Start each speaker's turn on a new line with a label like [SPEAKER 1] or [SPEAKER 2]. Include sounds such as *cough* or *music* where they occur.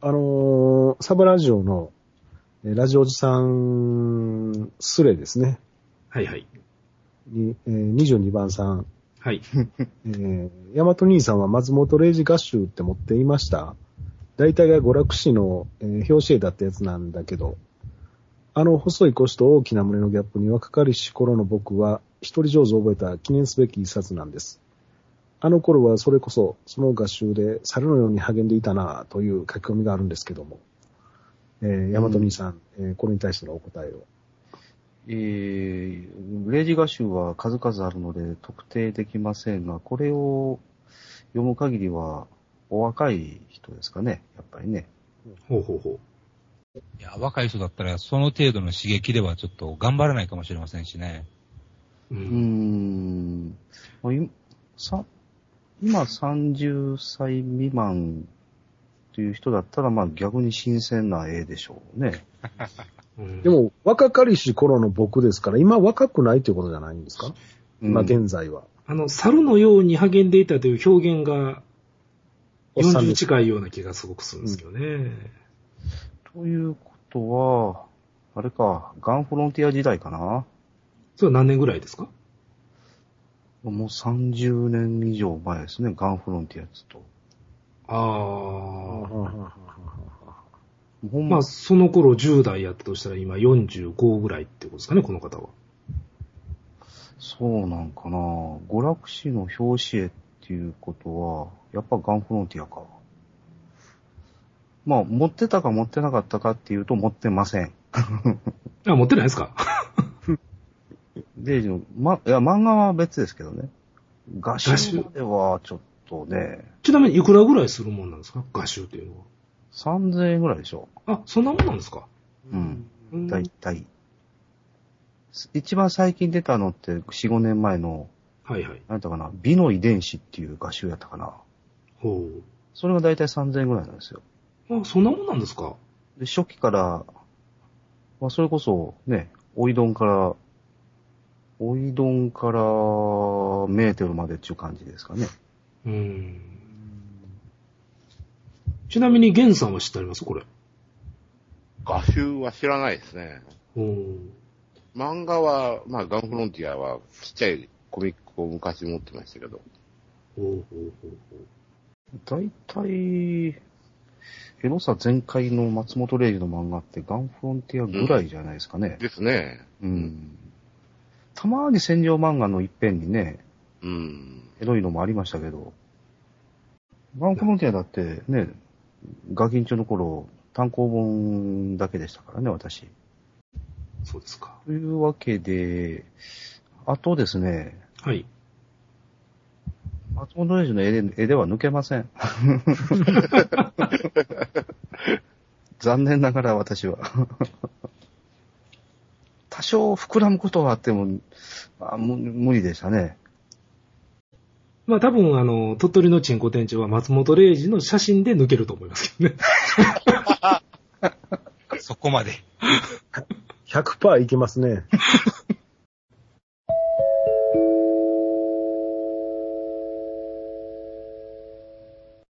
[SPEAKER 1] あのーサブラジオの、えーラジオおじさん、スレですね。
[SPEAKER 2] はいはい。
[SPEAKER 1] にえー22番さん、
[SPEAKER 2] *laughs* はい。
[SPEAKER 1] えー、ヤマト兄さんは松本零士合集って持っていました。大体が娯楽誌の、えー表紙絵だったやつなんだけど、あの細い腰と大きな胸のギャップに若かりし頃の僕は一人上手を覚えた記念すべき一冊なんです。あの頃はそれこそその合集で猿のように励んでいたなという書き込みがあるんですけども、えー、ヤマト兄さん、えーこれに対してのお答えを。
[SPEAKER 3] えー、レイジ画集は数々あるので特定できませんが、これを読む限りはお若い人ですかね、やっぱりね。
[SPEAKER 2] ほうほうほ
[SPEAKER 4] いや、若い人だったら、その程度の刺激ではちょっと頑張らないかもしれませんしね。
[SPEAKER 2] う。う
[SPEAKER 3] うー
[SPEAKER 2] ん。
[SPEAKER 3] ん。もういさ今30歳未満という人だったら、まあ逆に新鮮な絵でしょうね。
[SPEAKER 2] うん
[SPEAKER 1] で、も若かりし頃の僕ですから今若くないということじゃないんですか、
[SPEAKER 3] うん
[SPEAKER 1] 今現在は。
[SPEAKER 2] あの、猿のように励んでいたという表現が、
[SPEAKER 1] おっさん
[SPEAKER 2] 40
[SPEAKER 1] です
[SPEAKER 2] 近いような気がすごくするんですけどね。
[SPEAKER 3] ということは、あれか、ガンフロンティア時代かな
[SPEAKER 2] それは何年ぐらいですか
[SPEAKER 3] もう30年以上前ですね、ガンフロンティアっつうと。
[SPEAKER 2] ああ。
[SPEAKER 3] ほん
[SPEAKER 2] ま
[SPEAKER 3] ま
[SPEAKER 2] あ、、その頃10代やったとしたら今45ぐらいってことですかね、この方は。
[SPEAKER 3] そうなんかな娯楽誌の表紙絵っていうことは、やっぱガンフロンティアか。まあ、持ってたか持ってなかったかっていうと持ってません。
[SPEAKER 2] あ、持ってないですか *laughs*
[SPEAKER 3] で、ま、いや、漫画は別ですけどね。画
[SPEAKER 2] 画
[SPEAKER 3] 集
[SPEAKER 2] 集
[SPEAKER 3] まではちょっとね、
[SPEAKER 2] ちなみにいくらぐらいするもんなんですか画集っていうの
[SPEAKER 3] 3000円ぐらいでしょ。
[SPEAKER 2] は。あ、そんなもんなんですか
[SPEAKER 3] うん。
[SPEAKER 2] うん
[SPEAKER 3] だいたい。一番最近出たのって4、5年前の、
[SPEAKER 2] はいはい。
[SPEAKER 3] なんだかな、美の遺伝子っていう画集やったかな。
[SPEAKER 2] ほ
[SPEAKER 3] それがだいたい3000円ぐらいなんですよ。
[SPEAKER 2] う。あ、そんなもんなんですか
[SPEAKER 3] で、初期から、まあ、それこそ、ね、おいどんから、おいどんから、メーテルまでっていう感じですかね。
[SPEAKER 2] うん。ちなみに、ゲンさんは知ってありますこれ。
[SPEAKER 5] 画集は知らないですね。
[SPEAKER 2] ほう。
[SPEAKER 5] 漫画は、まあ、ガンフロンティアは、ちっちゃいコミックを昔持ってましたけど。
[SPEAKER 2] ほうほうほうほう。
[SPEAKER 3] だいたい、エロさ全開の松本零士の漫画ってガンフロンティアぐらいじゃないですかね。
[SPEAKER 5] ですね。
[SPEAKER 3] うん。たまに戦場漫画の一編にね、
[SPEAKER 5] うん。
[SPEAKER 3] エロいのもありましたけど、ガンフロンティアだってね、ガキン中の頃、単行本だけでしたからね、私。
[SPEAKER 2] そうですか。
[SPEAKER 3] というわけで、あとですね、
[SPEAKER 2] はい。
[SPEAKER 3] 松本零士の絵で絵では抜けません。 *laughs* 残念ながら私は。多少膨らむことはあっても、あむ無理でしたね。
[SPEAKER 2] まあ多分、あの、鳥取のチンコ店長は松本零士の写真で抜けると思いますけどね。
[SPEAKER 4] そこまで。
[SPEAKER 1] 100%いきますね。